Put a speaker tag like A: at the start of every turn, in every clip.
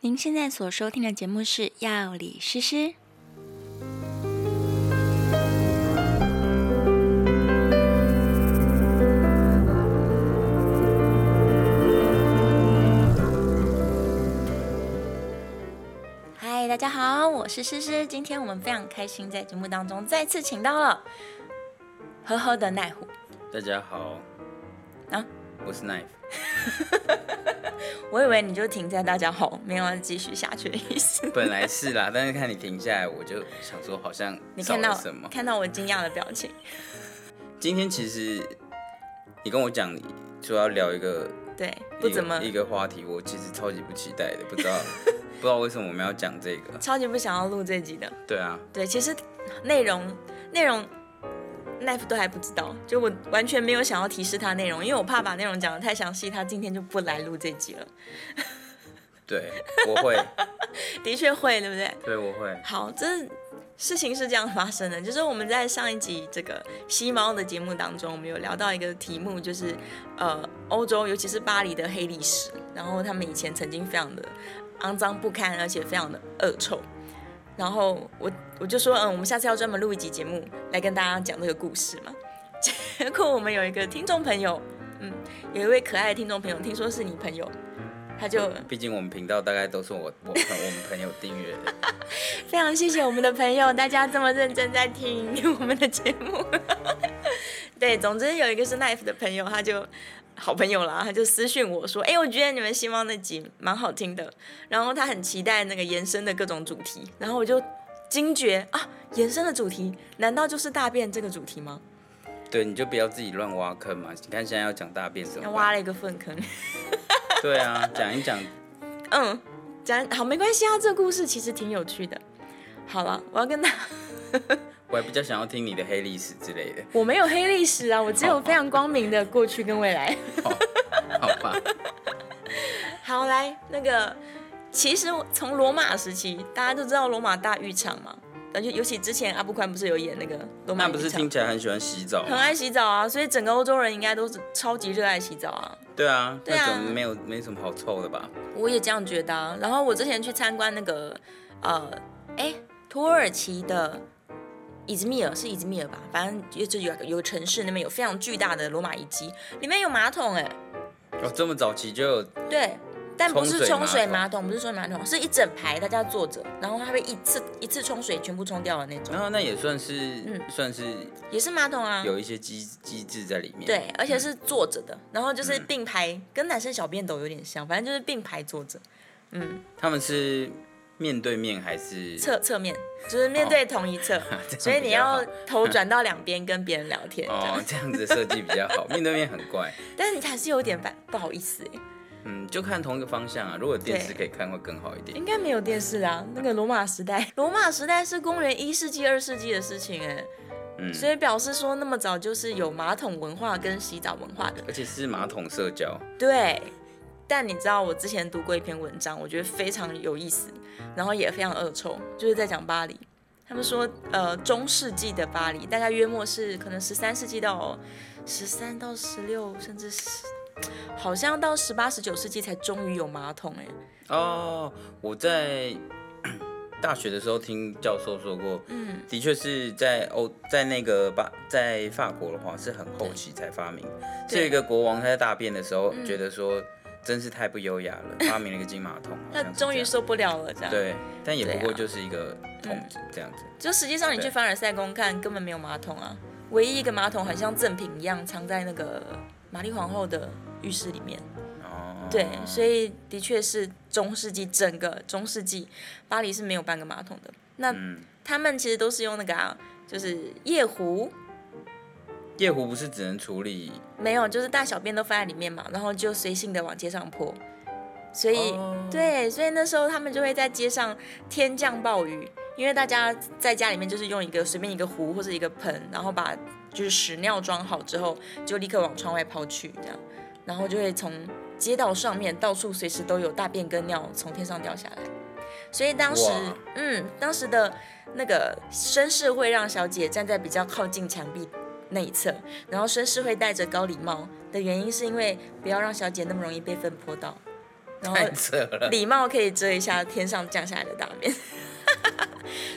A: 您现在所收听的节目是《药理诗诗》。嗨，大家好，我是诗诗。今天我们非常开心，在节目当中再次请到了呵呵的奈虎。
B: 大家好，
A: 啊，
B: 我是 Knife，
A: 我以为你就停在大家好，没有要继续下去的意思。
B: 本来是啦， 但是看你停下来，我就想说好像
A: 你
B: 少
A: 看
B: 了
A: 到
B: 什么。
A: 看到我惊讶的表情，
B: 今天其实你跟我讲说要聊一个
A: 对，不
B: 一个
A: 怎么
B: 一个话题，我其实超级不期待的，不知 道不知道为什么我们要讲这个。
A: 超级不想要录这集的。
B: 对啊，
A: 对，其实内容内容 n i f e 都还不知道，就我完全没有想要提示他内容，因为我怕把内容讲的太详细，他今天就不来录这集了。
B: 对，我 会，
A: 的确会，对不对？
B: 对，我会。
A: 好，这事情是这样发生的，就是我们在上一集这个吸猫的节目当中，我们有聊到一个题目，就是呃，欧洲尤其是巴黎的黑历史，然后他们以前曾经非常的肮脏不堪，而且非常的恶臭。然后我我就说，嗯，我们下次要专门录一集节目来跟大家讲这个故事嘛。 结果我们有一个听众朋友，嗯，有一位可爱的听众朋友，听说是你朋友，他就
B: 毕竟我们频道大概都是我 我朋我们朋友订阅的，
A: 非常谢谢我们的朋友，大家这么认真在听 我们的节目。 对，总之有一个是 Knife 的朋友，他就好朋友啦，他就私讯我说：“哎、我觉得你们希望那集蛮好听的，然后他很期待那个延伸的各种主题。”然后我就惊觉啊，延伸的主题难道就是大便这个主题吗？
B: 对，你就不要自己乱挖坑嘛。你看现在要讲大便怎
A: 他
B: 么
A: 挖
B: 办？
A: 了一个粪坑。
B: 对啊，讲一讲，
A: 嗯，咱好没关系啊，这个故事其实挺有趣的。好了，我要跟他，
B: 我还比较想要听你的黑历史之类的，
A: 我没有黑历史啊，我只有非常光明的过去跟未来。
B: 好吧？
A: 好，来那个，其实从罗马时期，大家都知道罗马大浴场嘛，感觉尤其之前阿布宽不是有演那个罗马
B: 那
A: 浴
B: 不是
A: 场，
B: 听起来很喜欢洗澡
A: 很
B: 吗？
A: 爱洗澡啊，所以整个欧洲人应该都是超级热爱洗澡啊。
B: 对啊，
A: 对啊
B: 那种没有没什么好臭的吧？
A: 我也这样觉得、啊。然后我之前去参观那个，呃，哎，土耳其的伊兹密尔是伊兹密尔吧，反正就就有有个城市那边有非常巨大的罗马遗迹，里面有马桶哎、
B: 哦，这么早期就有
A: 对，但不是冲
B: 冲
A: 水
B: 水
A: 马
B: 马
A: 桶，不是冲水马桶，是一整排大家坐着，然后它会一次一次冲水全部冲掉的那种，
B: 然后那也算是、
A: 嗯
B: 算是
A: 也是马桶啊。
B: 有一嗯些机机制在里面。
A: 对，而且是坐着的，然后就是
B: 嗯
A: 并排，跟男生小便斗有点像，反正就是并排坐着，
B: 他们是面对面还是？
A: 侧侧面就是面对同一 侧，
B: 这样
A: 所以
B: 哦比
A: 你
B: 较好
A: 要头 转到两边跟别人聊天，这样
B: 哦，这样子设计比较好，面对面很怪。
A: 但是你还是有点不不好意思哎，
B: 嗯，就看同一个方向啊。如果有电视可
A: 对
B: 以看会更好一点。
A: 应该没有电视啊，那个罗马时 代，罗马时代是公元一世纪、二世纪的事情哎，
B: 嗯，
A: 所以表示说那么早就是有马桶文化跟洗澡文化的。
B: 而且是马桶社交，
A: 对，但你知道我之前读过一篇文章，我觉得非常有意思，然后也非常恶臭，就是在讲巴黎。他们说，呃，中世纪的巴黎，大概约莫是可能十三世纪到十三到十六，甚至是好像到十八、十九世纪才终于有马桶哎、
B: 哦，我在 大学的时候听教授说过，嗯，的确是在欧，在那个巴，在法国的话是很后期才发明，
A: 对嗯
B: 是有一个国王他在大便的时候觉得说真是太不优雅 了，发明了一个金马桶，好
A: 那
B: 像是
A: 终于
B: 这样
A: 受不了了，这样。。
B: 对，但也
A: 对
B: 不
A: 啊嗯
B: 过就是一个桶子这样子，
A: 就实际上你去
B: 对
A: 凡尔赛宫看，根本没有马桶啊，唯一一个马桶很像赠品一样藏在那个玛丽皇后的浴室里面。
B: 哦，
A: 对，所以的确是中世纪整个中世纪巴黎是没有半个马桶的。那
B: 嗯，
A: 他们其实都是用那个啊，就是夜壶，
B: 夜壶不是只能处理，
A: 没有，就是大小便都放在里面嘛，然后就随性的往街上泼。所以、
B: 哦
A: 对，所以那时候他们就会在街上天降暴雨，因为大家在家里面就是用一个随便一个壶或者一个盆，然后把就是屎尿装好之后，就立刻往窗外抛去，这样，然后就会从街道上面到处随时都有大便跟尿从天上掉下来。所以当时
B: 哇，
A: 嗯，当时的那个绅士会让小姐站在比较靠近墙壁那一侧，然后绅士会戴着高礼帽的原因是因为不要让小姐那么容易被粪泼到。然后
B: 太扯了，
A: 礼貌可以遮一下天上降下来的大便，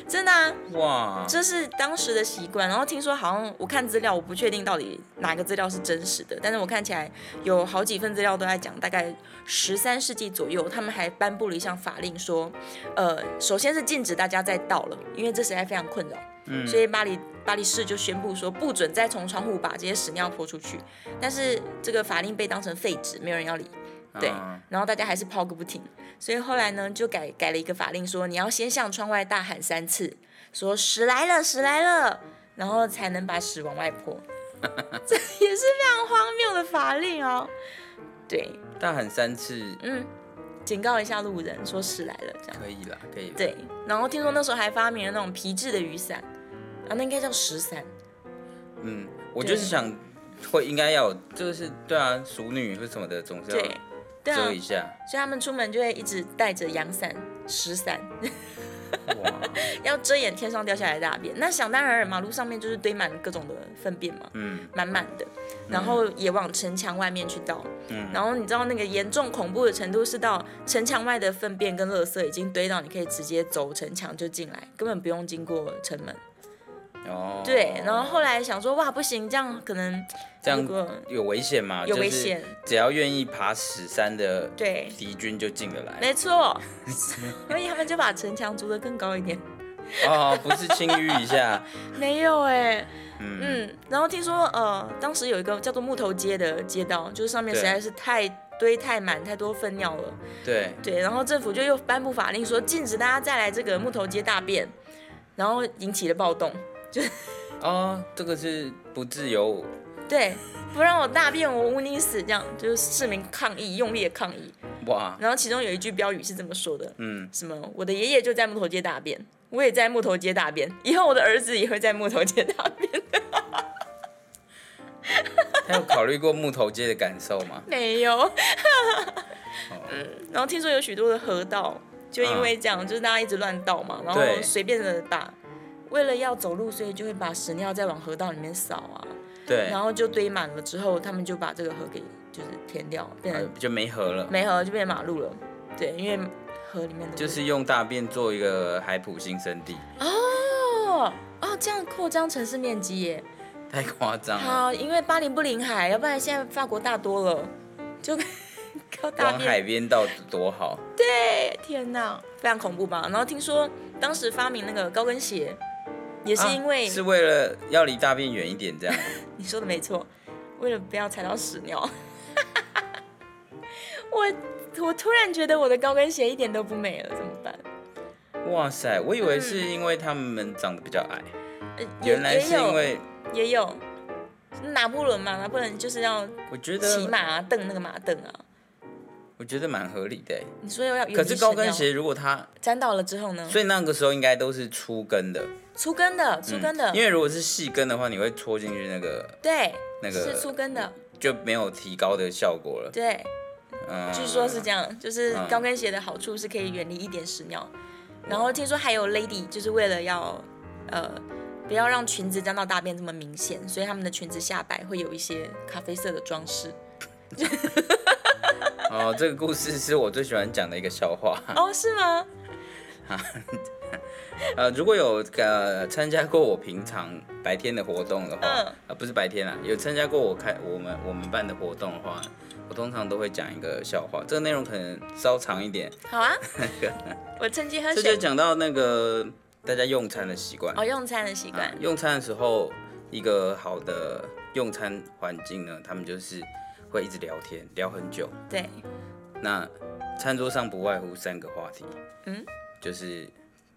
A: 真的啊，
B: 哇！
A: 这是当时的习惯。然后听说好像我看资料，我不确定到底哪个资料是真实的，但是我看起来有好几份资料都在讲，大概十三世纪左右，他们还颁布了一项法令，说，呃，首先是禁止大家再倒了，因为这实在非常困扰。所以巴黎巴黎市就宣布说，不准再从窗户把这些屎尿泼出去。但是这个法令被当成废纸，没有人要理。对
B: 啊，
A: 然后大家还是抛个不停，所以后来呢就改改了一个法令说，你要先向窗外大喊三次，说屎来了，屎来了，然后才能把屎往外泼。这也是非常荒谬的法令哦。对，
B: 大喊三次
A: 嗯，警告一下路人说屎来了这样。
B: 可以啦，可以啦。
A: 对，然后听说那时候还发明了那种皮质的雨伞，啊，那应该叫石伞。
B: 嗯，我就是想会应该要有就是对啊，熟女或什么的总是
A: 对
B: 要，
A: 对啊，
B: 遮
A: 所
B: 一
A: 以
B: 下。
A: 他们出门就会一直带着阳伞、石伞，
B: 哇，
A: 要遮掩天上掉下来的大便。那想当然尔，马路上面就是堆满了各种的粪便嘛，
B: 嗯，
A: 满满的，然后也往城墙外面去倒。
B: 嗯
A: 然后你知道那个严重恐怖的程度是到城墙外的粪便跟垃圾已经堆到你可以直接走城墙就进来，根本不用经过城门。
B: 哦，
A: 对，然后后来想说哇不行，这样可能
B: 这样啊
A: 如果
B: 有危险嘛？
A: 有危险，
B: 只要愿意爬死山的
A: 对
B: 敌军就进得来。
A: 没错， 所以他们就把城墙筑得更高一点。
B: 哦，不是轻淤一下，
A: 没有哎、
B: 嗯
A: 嗯，然后听说呃，当时有一个叫做木头街的街道，就是上面实
B: 对
A: 在是太堆太满，太多粪尿了。
B: 对，
A: 对，然后政府就又颁布法令说禁止大家再来这个木头街大便，然后引起了暴动。
B: 哦，这个是不自由，
A: 对，不让我大便，我无你死，这样就是市民抗议，用力的抗议。
B: 哇，
A: 然后其中有一句标语是这么说的：
B: 嗯，
A: 什么我的爷爷就在木头街大便，我也在木头街大便，以后我的儿子也会在木头街大便。
B: 他有考虑过木头街的感受 吗？
A: 没 有。
B: 哦
A: 嗯，然后听说有许多的河道，就因为这样，就是大家一直乱倒嘛，然后
B: 哦对
A: 随便的把，为了要走路，所以就会把屎尿再往河道里面扫啊，
B: 对
A: 然，后就堆满了之后，他们就把这个河给就是填掉，变
B: 呃
A: 成
B: 就没河了，
A: 没河就变成马路了。对，因为河里面的
B: 就是用大便做一个海普新生地，
A: 哦哦，这样扩张城市面积耶。
B: 太夸张了，
A: 好，因为巴黎不临海，要不然现在法国大多了，就 靠大
B: 往
A: 便
B: 海边倒多好，
A: 天呐，非常恐怖吧？然后听说当时发明那个高跟鞋，也是因为、
B: 啊是为了要离大便远一点这样，
A: 你说的没错，为了不要踩到屎尿。 我我突然觉得我的高跟鞋一点都不美了，怎么办？
B: 哇塞，我以为是因为他们长得比较矮，
A: 呃也
B: 原来是因为
A: 也有也有拿破仑嘛，拿破仑就是要
B: 我觉
A: 骑
B: 得
A: 马啊，蹬那个马凳啊。
B: 我觉得蛮合理的欸，
A: 你说要
B: 可是高跟鞋如果它，
A: 沾到了之后呢？
B: 所以那个时候应该都是粗跟的，嗯
A: 粗跟的，粗跟的，
B: 因为如果是细跟的话，你会戳进去那个
A: 对，
B: 那个嗯
A: 是粗跟的，
B: 就没有提高的效果了。
A: 对。
B: 嗯，
A: 据说是这样，就是高跟鞋的好处是可以远离一点屎尿，然
B: 嗯
A: 后听说还有 lady 就是为了要呃不要让裙子沾到大便这么明显，所以他们的裙子下摆会有一些咖啡色的装饰。
B: 哦，这个故事是我最喜欢讲的一个笑话。
A: 哦，是吗？
B: 呃，如果有呃参加过我平常白天的活动的话，
A: 嗯
B: 呃不是白天啊，有参加过我开我们我们办的活动的话，我通常都会讲一个笑话，这个内容可能稍长一点。
A: 好 啊，我趁机喝
B: 这就
A: 水。
B: 讲到那个大家用餐的习惯。
A: 哦，用餐的习惯
B: 啊，用餐的时候，一个好的用餐环境呢，他们就是会一直聊天，聊很久。
A: 对，
B: 那餐桌上不外乎三个话题，
A: 嗯，
B: 就是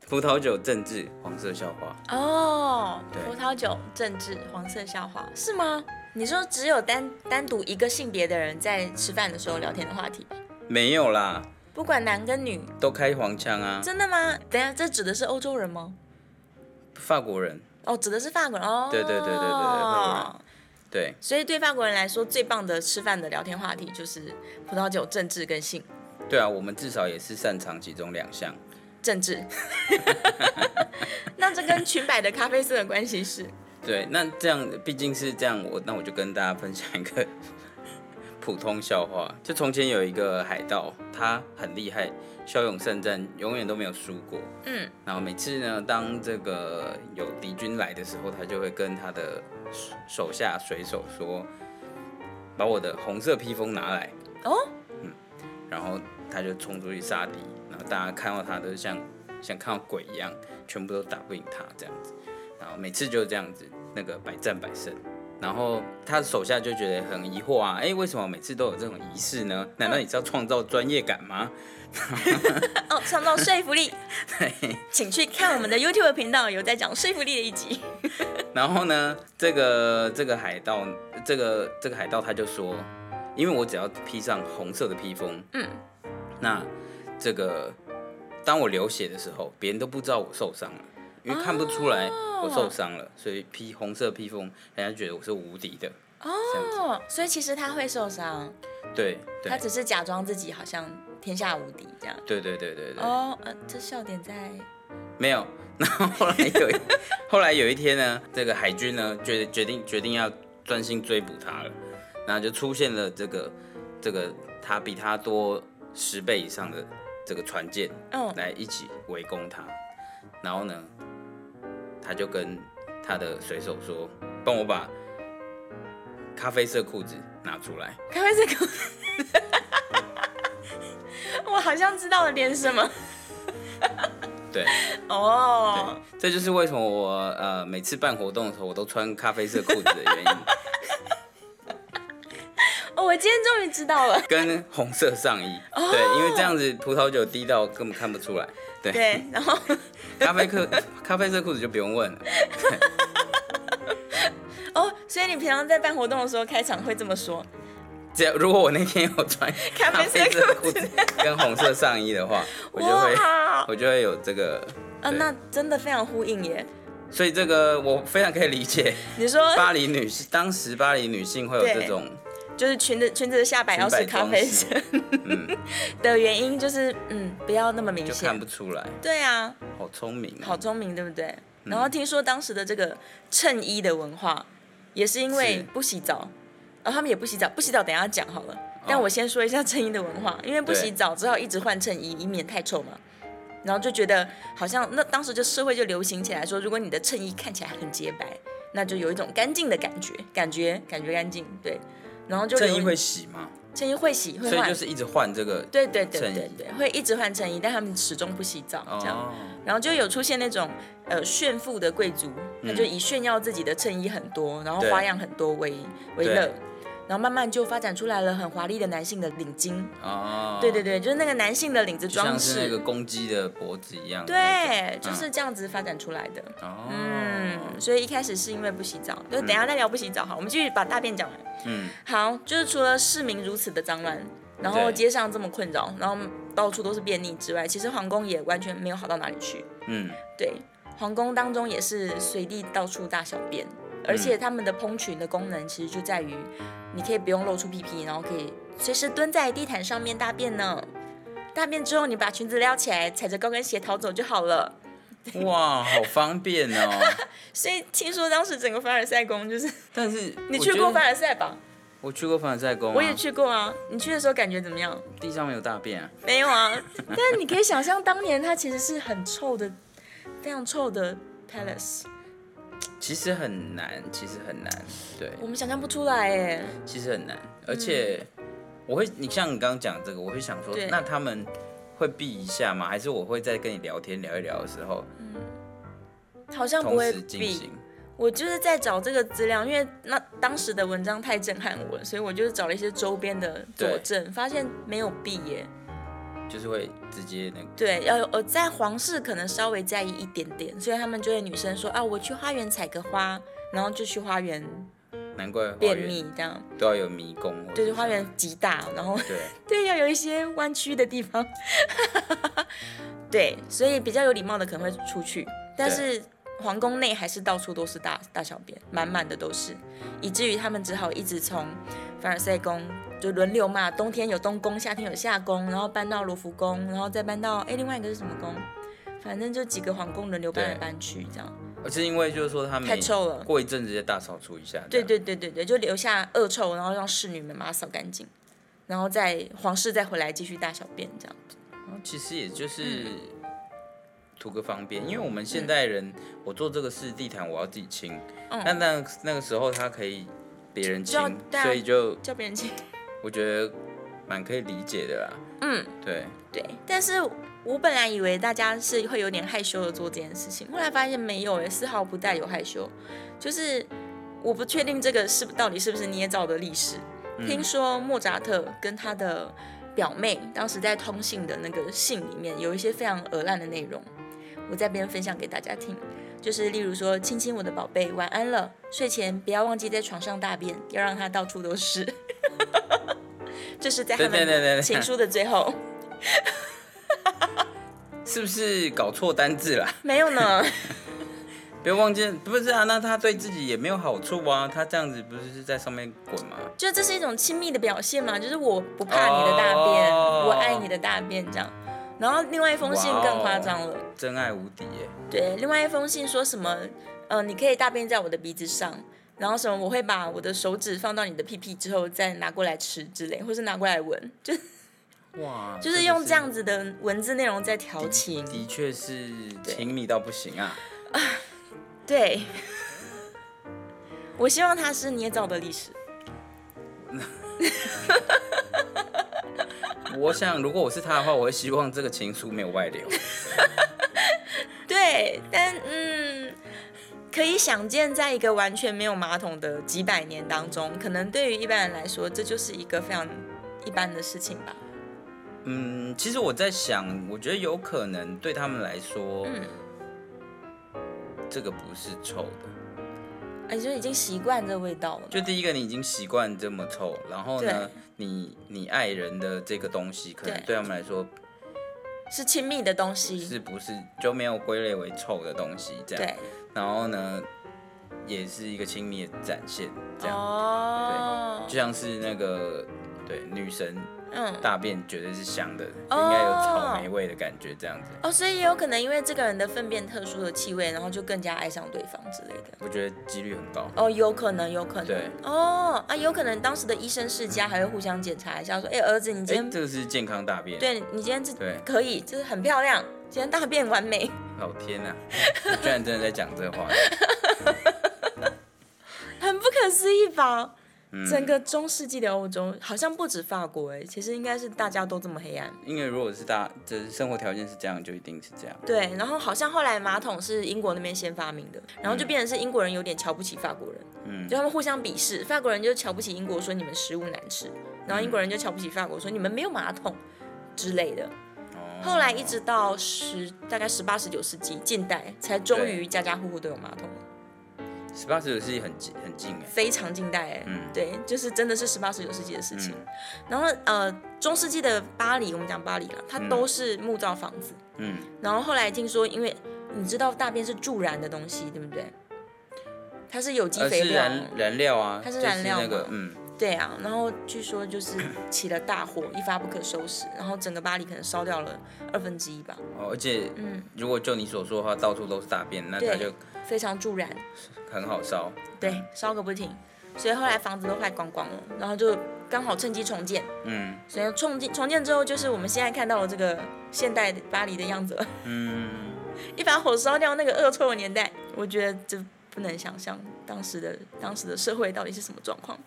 B: 葡萄酒、政治、黄色笑话。
A: 哦，
B: 对
A: 葡萄酒、政治、黄色笑话，是吗？你说只有单单独一个性别的人在吃饭的时候聊天的话题，
B: 没有啦，
A: 不管男跟女，
B: 都开黄腔啊！
A: 真的吗？等一下，这指的是欧洲人吗？
B: 法国人，
A: 哦，指的是法国人哦。
B: 对对对对对对法国对
A: 所以对法国人来说，最棒的吃饭的聊天话题就是葡萄酒、政治跟性。
B: 对啊，我们至少也是擅长其中两项。
A: 政治， 那这跟裙摆的咖啡色的关系是？
B: 对，那这样毕竟是这样，我那我就跟大家分享一个 普通笑话，就从前有一个海盗，他很厉害，骁勇善战，永远都没有输过。
A: 嗯，
B: 然后每次呢，当这个有敌军来的时候，他就会跟他的手下水手说：“把我的红色披风拿来。”
A: 哦，
B: 嗯，然后他就冲出去杀敌，然后大家看到他都像像看到鬼一样，全部都打不赢他这样子。然后每次就这样子，那个百战百胜。然后他的手下就觉得很疑惑啊，哎，为什么每次都有这种仪式呢？难道你是要创造专业感吗？
A: 哦，上到说服力，请去看我们的 YouTube 频道，有在讲说服力的一集。
B: 然后呢，这个这个海盗，这个这个海盗他就说，因为我只要披上红色的披风，
A: 嗯，
B: 那这个当我流血的时候，别人都不知道我受伤了，因为看不出来
A: 哦
B: 我受伤了，所以披红色披风，人家觉得我是无敌的。
A: 哦，所以其实他会受伤，
B: 对
A: 他
B: 对
A: 只是假装自己好像天下无敌这样。
B: 对对对对对，
A: 哦，呃，这笑点在
B: 没有。 然后后来有一后来有一天呢，这个海军呢决决定决定要专心追捕他了，然后就出现了这个这个他比他多十倍以上的这个船舰
A: 嗯
B: 来一起围攻他，然后呢，他就跟他的水手说：“帮我把咖啡色裤子拿出来。
A: 咖啡色狗， 我好像知道了点什么。”
B: 对，
A: 哦，
B: 对，这就是为什么我呃每次办活动的时候我都穿咖啡色裤子的原因，
A: 哦，我今天终于知道了。
B: 跟红色上衣。
A: 哦
B: 对，因为这样子葡萄酒滴到根本看不出来。对，
A: 对，然后
B: 咖啡裤咖啡色裤子就不用问了。
A: 哦，所以你平常在办活动的时候，开场会这么说。
B: 只要如果我那天有穿
A: 咖
B: 咖
A: 啡色
B: 啡色裤子跟红色上衣的话，我就会
A: 哇，
B: 我就会有这个。
A: 啊，
B: 对
A: 那真的非常呼应耶。
B: 所以这个我非常可以理 解，
A: 你说
B: 巴黎女性当时巴黎女性会有这种
A: 就是裙子裙子的下摆要是
B: 裙摆
A: 咖啡
B: 装
A: 色
B: 饰
A: 的原因，就是嗯，不要那么明
B: 就看
A: 显
B: 不。出来，
A: 对啊，
B: 好聪明、哦。
A: 好聪明，对不对？
B: 嗯
A: 然后听说当时的这个衬衣的文化，也是因为
B: 是哦
A: 不洗澡，然后他们也不洗澡，不洗澡等一下讲好了。但我先说一下衬衣的文化，因为不洗
B: 对
A: 澡只好一直换衬衣，以免太臭嘛。然后就觉得好像那当时就社会就流行起来说，如果你的衬衣看起来很洁白，那就有一种干净的感觉，感觉感觉干净，对。然后就
B: 衬衣
A: 流
B: 会洗吗？
A: 衬衣会洗会
B: 所以
A: 换，
B: 就是一直换这个
A: 对对对
B: 衬衣
A: 对对，会一直换衬衣，但他们始终不洗澡这样。
B: 哦，
A: 然后就有出现那种呃炫富的贵族，他就以炫耀自己的衬衣很多，然后
B: 嗯对
A: 花样很多为为
B: 对
A: 乐，然后慢慢就发展出来了很华丽的男性的领巾，
B: 哦，
A: 对对，对，就是那个男性的领子
B: 就
A: 装
B: 像是那个
A: 饰，
B: 公鸡的脖子一样。，
A: 对，就是这样子发展出来的。
B: 哦，
A: 嗯，所以一开始是因为不洗澡，就等一下再聊不洗澡好，我们继续把大便讲完。
B: 嗯，
A: 好，就是除了市民如此的脏乱，然后
B: 对
A: 街上这么困扰，然后到处都是便利之外，其实皇宫也完全没有好到哪里去。
B: 嗯，
A: 对，皇宫当中也是随地到处大小便，而
B: 嗯
A: 且他们的蓬裙的功能其实就在于，你可以不用露出屁屁，然后可以随时蹲在地毯上面大便呢。大便之后，你把裙子撩起来，踩着高跟鞋逃走就好了。
B: 哇，好方便哦。
A: 所以听说当时整个凡尔赛宫就是，
B: 但是
A: 你
B: 我
A: 去
B: 觉
A: 过
B: 得
A: 凡尔赛吧？
B: 我去过凡尔赛宫、啊，
A: 我也，去过啊。你去的时候感觉怎么样？
B: 地上没有大便啊。
A: 没有啊， 但是你可以想象，当年它其实是很臭的，非常臭的 palace，
B: 其实很难，其实很难，对，
A: 我们想象不出来哎。
B: 其实很难，而且我会，你像你刚刚讲这个，我会想说
A: 嗯对，
B: 那他们会避一下吗？还是我会在跟你聊天聊一聊的时候，
A: 好像不
B: 同
A: 会
B: 时进
A: 比
B: 行？
A: 我就是在找这个资料，因为那当时的文章太震撼我了，所以我就是找了一些周边的佐证，发现没有避耶。
B: 就是会直接那个，
A: 对，要有呃，在皇室可能稍微在意一点点，所以他们就会女生说啊，我去花园采个花，然后就去花园
B: 难怪花
A: 便秘
B: 园
A: 这样，
B: 都要有迷宫，或者
A: 就是
B: 是
A: 花园极大，然后
B: 对，
A: 对，要有一些弯曲的地方。 对，所以比较有礼貌的可能会出去，但是皇宫内还是到处都是大大小便，满满的都是，以至于他们只好一直从凡尔赛宫就轮流嘛，冬天有冬宫，夏天有夏宫，然后搬到罗浮宫，然后再搬到哎另外一个是什么宫，反正就几个皇宫轮流搬来
B: 对嗯
A: 搬去这样。
B: 而是因为就是说他
A: 太
B: 每
A: 臭了
B: 过一阵子就大扫除一下。
A: 对，对对对对，就留下恶臭，然后让侍女们把它扫干净，然后再皇室再回来继续大小便这样。
B: 然哦后其实也就是
A: 嗯
B: 图个方便，因为我们现代人，我做这个事地毯我要自己清，
A: 嗯
B: 但那那个时候他可以别人
A: 就
B: 清
A: 要，对啊
B: 所以就
A: 叫别人清。
B: 我觉得蛮可以理解的啦。
A: 嗯，
B: 对，
A: 对。但是我本来以为大家是会有点害羞的做这件事情，后来发现没有诶，欸丝毫不带有害羞。就是我不确定这个是不到底是不是捏造的历史。
B: 嗯
A: 听说莫扎特跟他的表妹当时在通信的那个信里面有一些非常恶烂的内容，我在边分享给大家听。就是例如说，亲亲我的宝贝，晚安了。睡前不要忘记在床上大便，要让它到处都是。 这是在他
B: 对对对对
A: 们
B: 对
A: 情书的最后，
B: 是不是搞错单字啦？
A: 没有呢。
B: 不要忘记，不是啊，那他对自己也没有好处啊，他这样子不是是在上面滚吗？
A: 就这是一种亲密的表现嘛，就是我不怕你的大便，
B: 哦
A: 我爱你的大便这样。然后另外一封信
B: 哇哦
A: 更夸张了，
B: 真爱无敌耶！
A: 对，另外一封信说什么，呃，你可以大便在我的鼻子上，然后什么我会把我的手指放到你的屁屁之后再拿过来吃之类，或是拿过来闻，就
B: 哇，
A: 就是用这样子的文字内容在调情。
B: 的确是亲密到不行啊！
A: 对， 我希望它是捏造的历史。
B: 我想，如果我是他的话，我会希望这个情书没有外 流。
A: 对，但嗯，可以想见，在一个完全没有马桶的几百年当中，可能对于一般人来说，这就是一个非常一般的事情吧。
B: 嗯，其实我在想，我觉得有可能对他们来说，
A: 嗯
B: 这个不是臭的。
A: 哎，就已经习惯这味道了。
B: 就第一个，你已经习惯这么臭，然后呢
A: 对，
B: 你你爱人的这个东西，可能
A: 对
B: 对他们来说
A: 是亲密的东西。
B: 是不是就没有归类为臭的东西这样？
A: 对，
B: 然后呢，也是一个亲密的展现，这样、
A: 哦，
B: 就像是那个对女神
A: 嗯，
B: 大便绝对是香的，
A: 哦
B: 应该有草莓味的感觉，这样子。
A: 哦，所以也有可能因为这个人的粪便特殊的气味，然后就更加爱上对方之类的。
B: 我觉得几率很高。
A: 哦，有可能，有可能。
B: 对。
A: 哦，啊，有可能当时的医生世家还会互相检查一下，说，哎、儿子，你今
B: 哎、
A: 天
B: 这个是健康大便。，
A: 对你今天这
B: 对
A: 可以，就是很漂亮，今天大便完美。
B: 老天啊，你居然真的在讲这话，
A: 很不可思议吧？
B: 嗯
A: 整个中世纪的欧洲，好像不止法国哎、其实应该是大家都这么黑暗。
B: 因为如果是大，就是生活条件是这样，就一定是这样。
A: 对，然后好像后来马桶是英国那边先发明的，然后就变成是英国人有点瞧不起法国人，
B: 嗯
A: 就他们互相鄙视，法国人就瞧不起英国说你们食物难吃，然后英国人就瞧不起法国说你们没有马桶之类的。
B: 哦
A: 后来一直到十大概十八十九世纪近代，才终于家家户户都有马桶了。
B: 十八十九世纪很近很近哎、
A: 非常近代、哎，
B: 嗯
A: 对，就是真的是十八十九世纪的事情。
B: 嗯
A: 然后呃，中世纪的巴黎，我们讲巴黎啦，它都是木造房子。
B: 嗯，
A: 然后后来听说，因为你知道大便是助燃的东西，对不对？它是有机
B: 而
A: 肥
B: 呃是
A: 料，
B: 燃燃料啊，
A: 它是燃料
B: 就是那个
A: 嘛
B: 嗯，
A: 对啊。然后据说就是起了大火，一发不可收拾，然后整个巴黎可能烧掉了二分之一吧。
B: 哦，而且
A: 嗯，
B: 如果就你所说的话，到处都是大便，那它
A: 对
B: 就
A: 非常助燃，
B: 很好烧。
A: 对，烧个不停。所以后来房子都坏光光了，然后就刚好趁机重建。
B: 嗯
A: 所以重建重建之后，就是我们现在看到的这个现代的巴黎的样子了。
B: 嗯，
A: 一把火烧掉那个恶臭的年代，我觉得这不能想象当时的当时的社会到底是什么状况。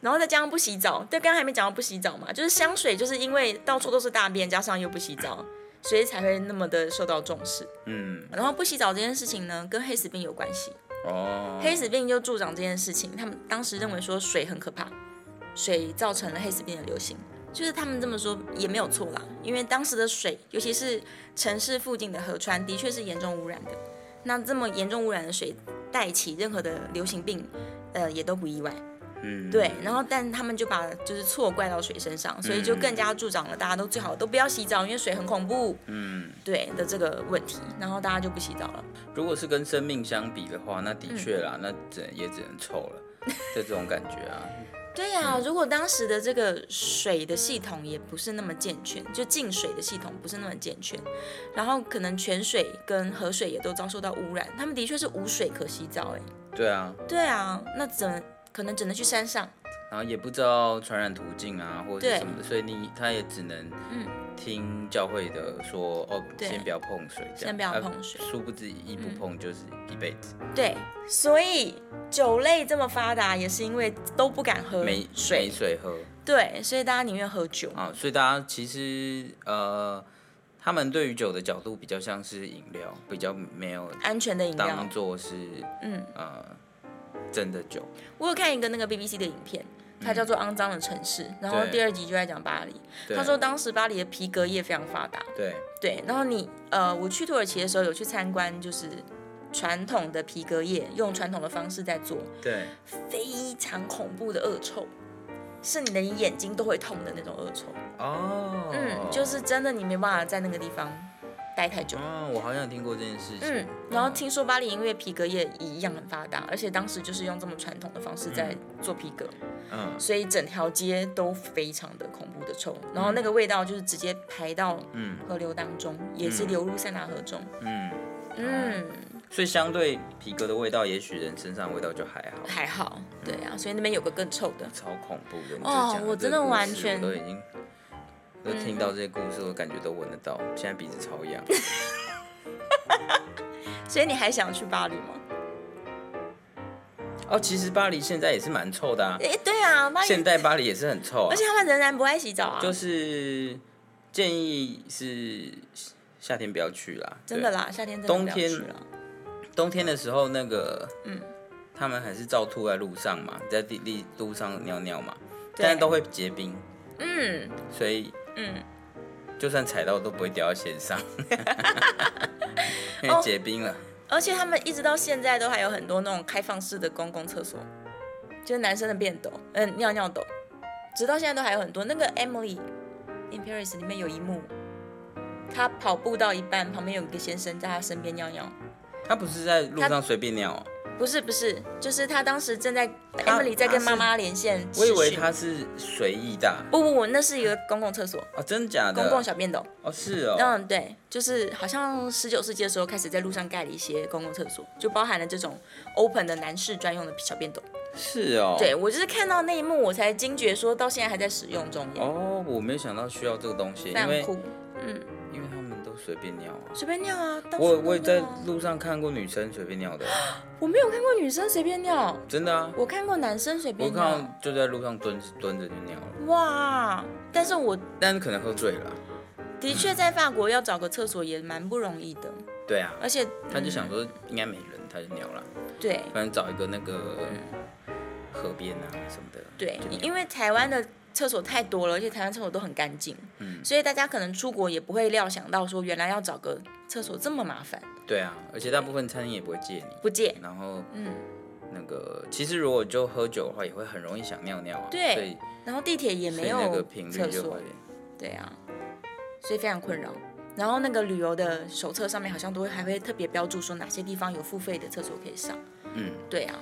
A: 然后再加上不洗澡，对，刚刚还没讲到不洗澡嘛，就是香水，就是因为到处都是大便，加上又不洗澡，所以才会那么的受到重视。
B: 嗯
A: 然后不洗澡这件事情呢，跟黑死病有关系。
B: 哦，
A: 黑死病就助长这件事情，他们当时认为说水很可怕，水造成了黑死病的流行，就是他们这么说也没有错啦，因为当时的水，尤其是城市附近的河川，的确是严重污染的。那这么严重污染的水带起任何的流行病，呃，也都不意外。
B: 嗯
A: 对，然后但他们就把就是错怪到水身上，所以
B: 嗯
A: 就更加助长了大家都最好都不要洗澡，因为水很恐怖，
B: 嗯，
A: 对的这个问题，然后大家就不洗澡了。
B: 如果是跟
A: 嗯
B: 生命相比的话，那的确啦，那只能也只能臭了，这种感觉啊，
A: 对呀、如果当时的这个水的系统也不是那么健全，就进水的系统不是那么健全，然后可能泉水跟河水也都遭受到污染，他们的确是无水可洗澡。哎，
B: 对啊，
A: 对啊，那只能可能只能去山上。
B: 然后也不知道传染途径啊，或者
A: 对
B: 是什么的，所以你他也只能
A: 嗯
B: 听教会的说，哦，
A: 对
B: 先不要碰水，这样
A: 先不要
B: 啊
A: 碰水嗯
B: 殊不知一不碰就是一辈子，
A: 对，所以酒类这么发达，也是因为都不敢喝
B: 没没
A: 水。
B: 水喝
A: 对，所以大家宁愿喝酒。
B: 啊，所以大家其实呃，他们对于酒的角度比较像是饮料，比较没有
A: 安全的饮料
B: 当，做是
A: 嗯，
B: 呃真的酒，
A: 我有看一个那个 BBC 的影片，它叫做《肮脏的城市》，然后
B: 对
A: 第二集就在讲巴黎。
B: 对
A: 他说当时巴黎的皮革业非常发达，
B: 对
A: 对，然后你呃，我去土耳其的时候有去参观，就是传统的皮革业，用传统的方式在做，
B: 对，
A: 非常恐怖的恶臭，是你的眼睛都会痛的那种恶臭。
B: 哦，
A: 嗯，就是真的你没办法在那个地方待太久。
B: 哦，我好像有听过这件事情，
A: 嗯，然后听说巴黎因为皮革业一样很发达，而且当时就是用这么传统的方式在做皮革，
B: 嗯
A: 所以整条街都非常的恐怖的臭，然后那个味道就是直接排到
B: 嗯
A: 河流当中，也是流入塞纳河中。
B: 嗯。
A: 嗯，
B: 所以相对皮革的味道，也许人身上的味道就还好。
A: 还好，
B: 嗯
A: 对啊，所以那边有个更臭的。
B: 超恐怖的！你
A: 哦
B: 就讲到
A: 我
B: 这
A: 真
B: 个
A: 的
B: 故
A: 完
B: 事
A: 全嗯
B: 我都已经都听到这些故事，我感觉都闻得到，现在鼻子超痒。
A: 所以你还想去巴黎吗？
B: 哦，其实巴黎现在也是蛮臭的啊，
A: 诶，对啊，巴
B: 现
A: 黎，
B: 代巴黎也是很臭啊
A: 而且，他们仍然不爱洗澡啊，
B: 就是建议是夏天不要去啦，
A: 真的
B: 对，
A: 啦，夏天真的
B: 冬
A: 不要
B: 天
A: 去了。
B: 冬天的时候那个嗯。他们还是照吐在路上嘛，在地地路上尿尿嘛，
A: 对
B: 但是都会结冰，
A: 嗯
B: 所以
A: 嗯，
B: 就算踩到都不会掉到 鞋上，因为
A: 哦
B: 结冰了。
A: 而且他们一直到现在都还有很多那种开放式的公共厕所，就是男生的便斗，嗯、尿尿斗，直到现在都还有很多。那个 Emily in Paris 里面有一幕，她跑步到一半，旁边有一个先生在她身边尿尿，
B: 他不是在路
A: 他
B: 上随便尿、啊，
A: 不是不是，就是她当时正在
B: 她
A: Emily 在跟
B: 她
A: 妈
B: 是
A: 妈连线，
B: 我以为
A: 视讯
B: 他是随意的啊
A: 不不不，那是一个公共厕所，
B: 哦，真假的？
A: 公共小便斗。
B: 哦，是哦，
A: 嗯，对，就是好像十九世纪的时候开始在路上盖了一些公共厕所，就包含了这种 open 的男士专用的小便斗。
B: 是哦，
A: 对，我就是看到那一幕，我才惊觉说到现在还在使用中，耶，
B: 哦，我没有想到需要这个东西，
A: 非
B: 因
A: 常
B: 为
A: 酷，
B: 因为他们都随便尿啊。
A: 随便尿啊！到
B: 我
A: 处都
B: 我也在
A: 尿啊
B: 路上看过女生随便尿 的，
A: 我没有看过女生随便尿，
B: 真的啊，
A: 我看过男生随
B: 我
A: 便
B: 看
A: 尿。
B: 到就在路上蹲蹲着就尿了，
A: 哇！但是我
B: 但可能喝醉了啊。
A: 的确在法国要找个厕所也蛮不容易的，
B: 对啊，
A: 而且嗯
B: 他就想说应该没人，他就尿了，
A: 对
B: 不然找一个那个河边啊什么的。
A: 对
B: 就，尿
A: 因为台湾的厕所太多了，而且台湾厕所都很干净，
B: 嗯
A: 所以大家可能出国也不会料想到说原来要找个厕所这么麻烦，
B: 对啊，而且大部分餐厅也不会借你。
A: 不借。
B: 然后，
A: 嗯，
B: 那个其实如果就喝酒的话，也会很容易想尿尿啊。
A: 对
B: 所以
A: 然后地铁也
B: 所
A: 没
B: 以那个
A: 有
B: 频率
A: 厕
B: 就
A: 所
B: 会。，
A: 对啊，所以非常困扰。然后那个旅游的手册上面好像都会还会特别标注说哪些地方有付费的厕所可以上。
B: 嗯，
A: 对啊，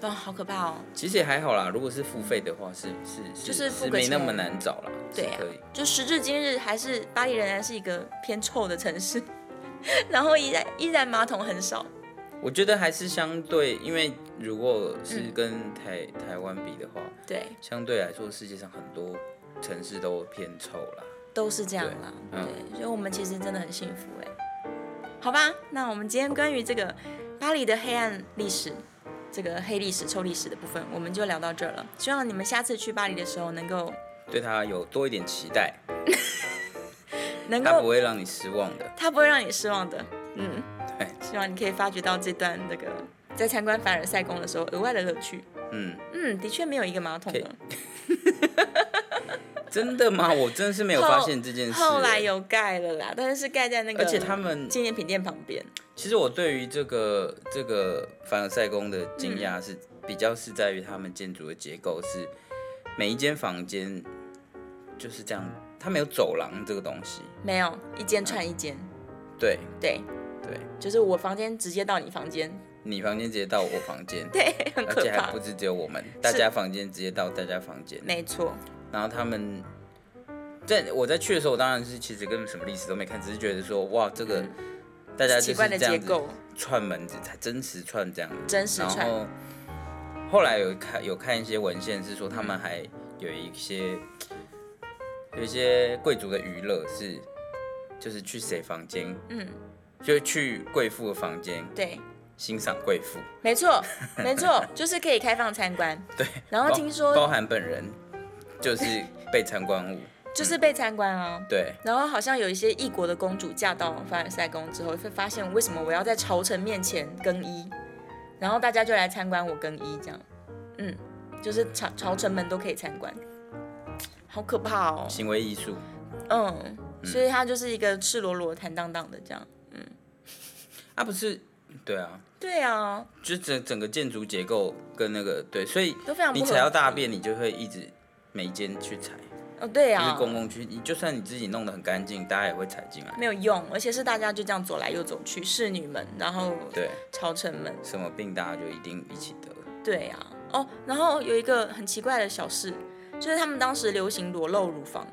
A: 啊，好可怕哦。
B: 其实也还好啦。如果是付费的话，是是是，
A: 就是付个
B: 没那
A: 钱
B: 么难找啦。
A: 对
B: 是
A: 啊
B: 可以。
A: 就时至今日，还是巴黎仍然是一个偏臭的城市， 然后依然依然马桶很少。
B: 我觉得还是相对，因为如果
A: 嗯
B: 是跟台、台湾比的话，
A: 对，
B: 相对来说世界上很多城市都偏臭啦。
A: 都是这样啦。
B: 对
A: 对，
B: 嗯
A: 所以我们其实真的很幸福哎、好吧，那我们今天关于这个巴黎的黑暗历史。这个黑历史、臭历史的部分，我们就聊到这儿了。希望你们下次去巴黎的时候，能够
B: 对它有多一点期待，
A: 能
B: 它不
A: 够，
B: 会让你失望的。
A: 他不会让你失望的。嗯，
B: 对，
A: 希望你可以发掘到这段那个在参观凡尔赛宫的时候额外的乐趣。
B: 嗯，
A: 嗯，的确没有一个马桶
B: 可
A: 的。
B: 真的吗？我真的是没有发现这件事、
A: 后来
B: 欸，
A: 有盖了啦，但是是盖在那个
B: 而且他们
A: 纪念品店旁边。
B: 其实我对于这个这个凡尔赛宫的
A: 嗯
B: 惊讶是、比较是在于他们建筑的结构是每一间房间就是这样，它没有走廊这个东西。
A: 没有，一间串一间。
B: 对
A: 对，
B: 对，
A: 就是我房间直接到你房间，，
B: 你房间直接到我房间
A: 对， 很
B: 而
A: 可
B: 且还
A: 怕
B: 不。是只有我们，大家房间直接到大家房间，
A: 没错，
B: 然后他们在我在去的时候，我当然是其实根本什么历史都没看，只是觉得说哇，这个大家就
A: 嗯奇
B: 是
A: 怪的
B: 这
A: 结
B: 样子
A: 构，
B: 串门子才真实串这样子。
A: 真实
B: 然
A: 传
B: 后后来有看有看一些文献是说，他们还有一些有一些贵族的娱乐是，就是去谁房间，
A: 嗯，
B: 就是去贵妇的房间
A: 对，
B: 欣赏贵妇，
A: 没错，没 错，就是可以开放参观。
B: 对，哦
A: 然后
B: 包
A: 听说
B: 包含本人就是被参观物，
A: 就是被参观啊。
B: 对。
A: 然后好像有一些异国的公主嫁到凡尔赛宫之后，会发现为什么我要在朝臣面前更衣，然后大家就来参观我更衣这样。嗯，就是朝朝臣们都可以参观，好可怕哦。
B: 行为艺术，
A: 嗯，所以他就是一个赤裸裸、坦荡荡的这样。
B: 啊不是，对啊，
A: 对啊，
B: 就整整个建筑结构跟那个对，所以
A: 都非常不
B: 你
A: 合
B: 踩到大便，你就会一直每间去踩，
A: 哦，对
B: 就是
A: 啊，
B: 公共区，你就算你自己弄得很干净，大家也会踩进来。
A: 没有用，而且是大家就这样走来又走去，侍女们，然后
B: 对，
A: 朝臣们，
B: 什么病大家就一定一起得。
A: 对啊，哦，然后有一个很奇怪的小事，就是他们当时流行裸露乳房，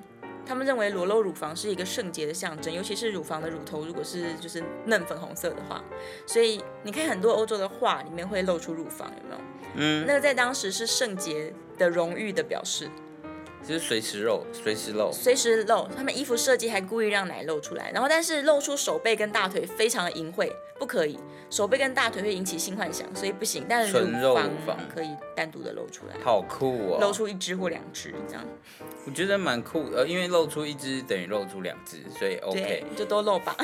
A: 他们认为裸露乳房是一个圣洁的象征，尤其是乳房的乳头如果是就是嫩粉红色的话，所以你看很多欧洲的画里面会露出乳房，有没有？
B: 嗯，
A: 那个在当时是圣洁的荣誉的表示，
B: 就是随时肉，随时肉，
A: 随时露，他们衣服设计还故意让奶露出来，然后但是露出手背跟大腿非常的淫秽，不可以，手背跟大腿会引起性幻想，所以不行，但是
B: 纯肉乳
A: 房
B: 房
A: 可以单独的露出来。
B: 好酷
A: 露
B: 哦！
A: 出一只或两只这样，
B: 我觉得蛮酷，呃，因为露出一只等于露出两只，所以 OK
A: 对。，就都露吧。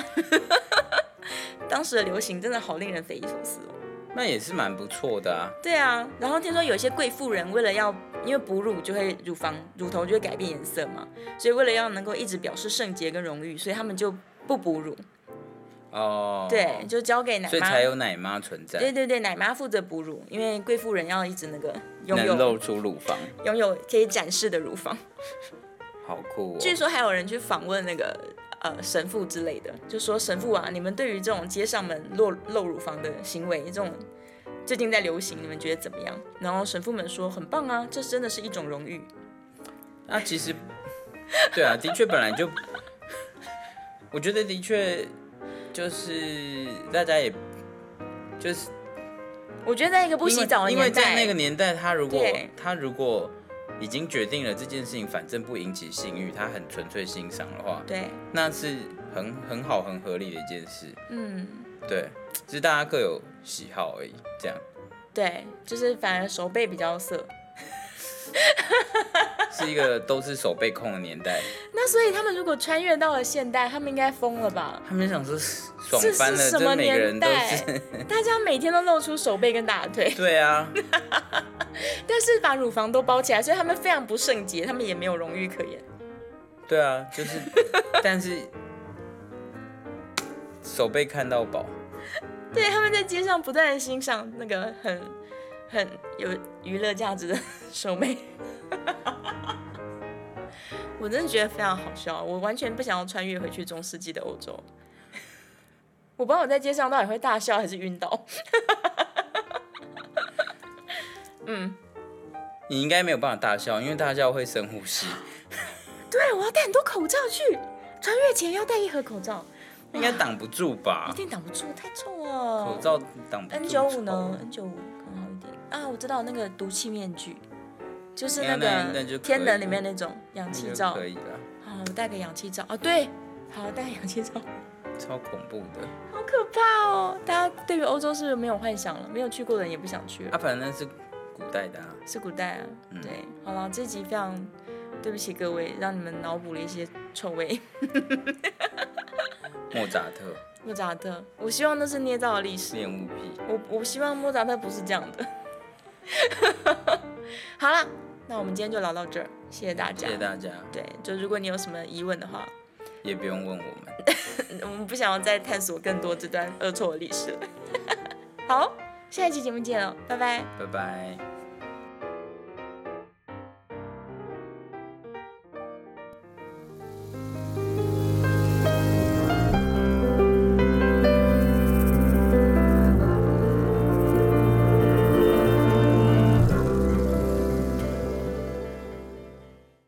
A: 当时的流行真的好令人匪夷所思哦。
B: 那也是蛮不错的啊。
A: 对啊，然后听说有些贵妇人为了要，因为哺乳就会乳房乳头就会改变颜色嘛，所以为了要能够一直表示圣洁跟荣誉，所以他们就不哺乳，
B: 哦，
A: 对，，就交给奶
B: 所以
A: 妈
B: 才。有奶妈存
A: 对
B: 在，
A: 对对，奶妈负责哺乳，因为贵妇人要一直那个拥
B: 能
A: 有
B: 露出乳房，
A: 拥有可以展示的乳房。
B: 好酷哦！
A: 据说还有人去访问那个呃神父之类的，就说神父啊，你们对于这种街上门露露乳房的行为，这种最近在流行，你们觉得怎么样？然后神父们说很棒啊，这真的是一种荣誉。
B: 那其实，对啊，的确本来就， 我觉得的确就是大家也，就是
A: 我觉得在一个不洗澡的
B: 因为因为
A: 年代，
B: 在那个年代，他如果
A: 对
B: 他如果已经决定了这件事情，反正不引起性欲，他很纯粹欣赏的话，
A: 对，
B: 那是很很好很合理的一件事。
A: 嗯，
B: 对，只是大家各有喜好而已，这样
A: 对，就是反而手背比较涩。
B: 是一个都是手背控的年代。
A: 那所以他们如果穿越到了现代，他们应该疯了吧？
B: 他们想说爽
A: 这
B: 翻
A: 是
B: 了，
A: 什
B: 这
A: 么
B: 每个人
A: 年
B: 都
A: 代
B: 是，？
A: 大家每天都露出手背跟大腿，
B: 对啊。
A: 但是把乳房都包起来，所以他们非常不圣洁，他们也没有荣誉可言。
B: 对啊，就是， 但是手被看到宝，
A: 对，他们在街上不断的欣赏那个很很有娱乐价值的 手妹，我真的觉得非常好笑，我完全不想要穿越回去中世纪的欧洲。我不知道我在街上到底会大笑还是晕倒。
B: 你应该没有办法大笑，因为大笑会深呼吸，
A: 对，我要戴很多口罩去，穿越前要戴一盒口罩，
B: 应该挡不住吧
A: 一？定挡不住，太臭
B: 口
A: 了。
B: 罩挡不住。
A: 嗯 N 九五呢？N 九五可能好一点啊，我知道那个毒气面具，就是那
B: 哎呀那那就
A: 个
B: 可
A: 天
B: 以
A: 能里面那种氧
B: 臭？
A: 气
B: 那就
A: 罩
B: 可。以了，
A: 好，我带个氧气罩。哦，对，好，我带个氧气罩。
B: 超恐怖的。
A: 好可怕哦！大家对于欧洲是不是没有幻想了？没有去过的人也不想去了
B: 啊，反正是古代的啊，
A: 是古代啊。对，好了，这集非常对不起各位，让你们脑补了一些臭味。
B: 莫扎特
A: 莫扎特，我希望那是捏造的历史。
B: 恋物癖。
A: 我我希望莫扎特不是这样的。 好了，那我们今天就聊到这儿，谢谢大家。
B: 谢谢大家，
A: 对，就如果你有什么疑问的话，嗯
B: 也不用问我们。
A: 我们不想要再探索更多这 段恶臭的历史了。好，下一期节目见了，拜拜。
B: 拜拜。